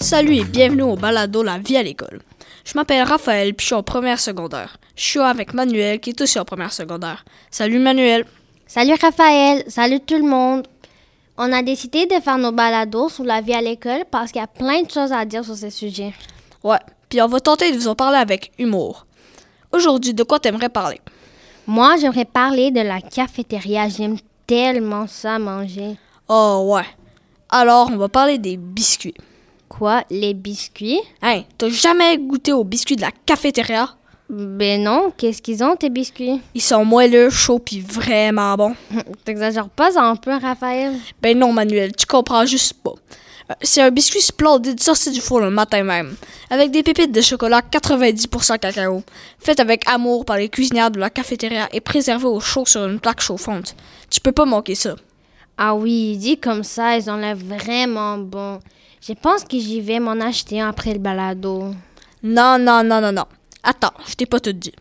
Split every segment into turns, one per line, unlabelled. Salut et bienvenue au balado La vie à l'école. Je m'appelle Raphaël puis je suis en première secondaire. Je suis avec Manuel qui est aussi en première secondaire. Salut Manuel.
Salut Raphaël, salut tout le monde. On a décidé de faire nos balados sur la vie à l'école parce qu'il y a plein de choses à dire sur ce sujet.
Ouais, puis on va tenter de vous en parler avec humour. Aujourd'hui, de quoi t'aimerais parler?
Moi, j'aimerais parler de la cafétéria. J'aime tellement ça manger.
Oh ouais. Alors, on va parler des biscuits.
Quoi, les biscuits?
Hein, t'as jamais goûté aux biscuits de la cafétéria?
Ben non, qu'est-ce qu'ils ont tes biscuits?
Ils sont moelleux, chauds puis vraiment bons.
T'exagères pas un peu, Raphaël?
Ben non, Manuel, tu comprends juste pas. Euh, C'est un biscuit splendide sorti du four le matin même, avec des pépites de chocolat 90% cacao, faites avec amour par les cuisinières de la cafétéria et préservé au chaud sur une plaque chauffante. Tu peux pas manquer ça.
Ah oui, dit comme ça, ils ont l'air vraiment bons. Je pense que j'y vais m'en acheter un après le balado.
Non, non, non, non, non. Attends, je t'ai pas tout dit.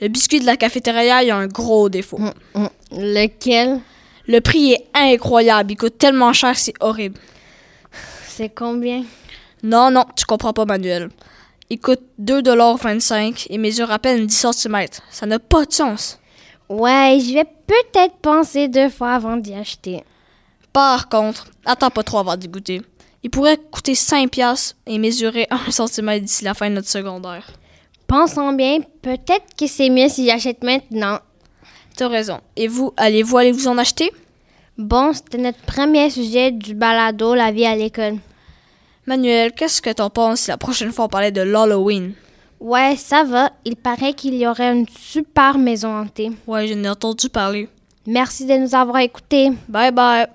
Le biscuit de la cafétéria, il y a un gros défaut.
Hum, Lequel?
Le prix est incroyable, il coûte tellement cher, c'est horrible.
C'est combien?
Non, non, tu comprends pas, Manuel. Il coûte 2,25$ et mesure à peine 10 cm. Ça n'a pas de sens.
Ouais, je vais peut-être penser deux fois avant d'y acheter.
Par contre, attends pas trop avant d'y goûter. Il pourrait coûter 5$ et mesurer 1 cm d'ici la fin de notre secondaire.
Pensons bien, peut-être que c'est mieux si j'achète maintenant.
T'as raison. Et vous, allez-vous aller vous en acheter?
Bon, c'était notre premier sujet du balado La vie à l'école.
Manuel, qu'est-ce que t'en penses si la prochaine fois on parlait de l'Halloween?
Ouais, ça va, il paraît qu'il y aurait une super maison hantée.
Ouais, j'en ai entendu parler.
Merci de nous avoir écoutés.
Bye bye!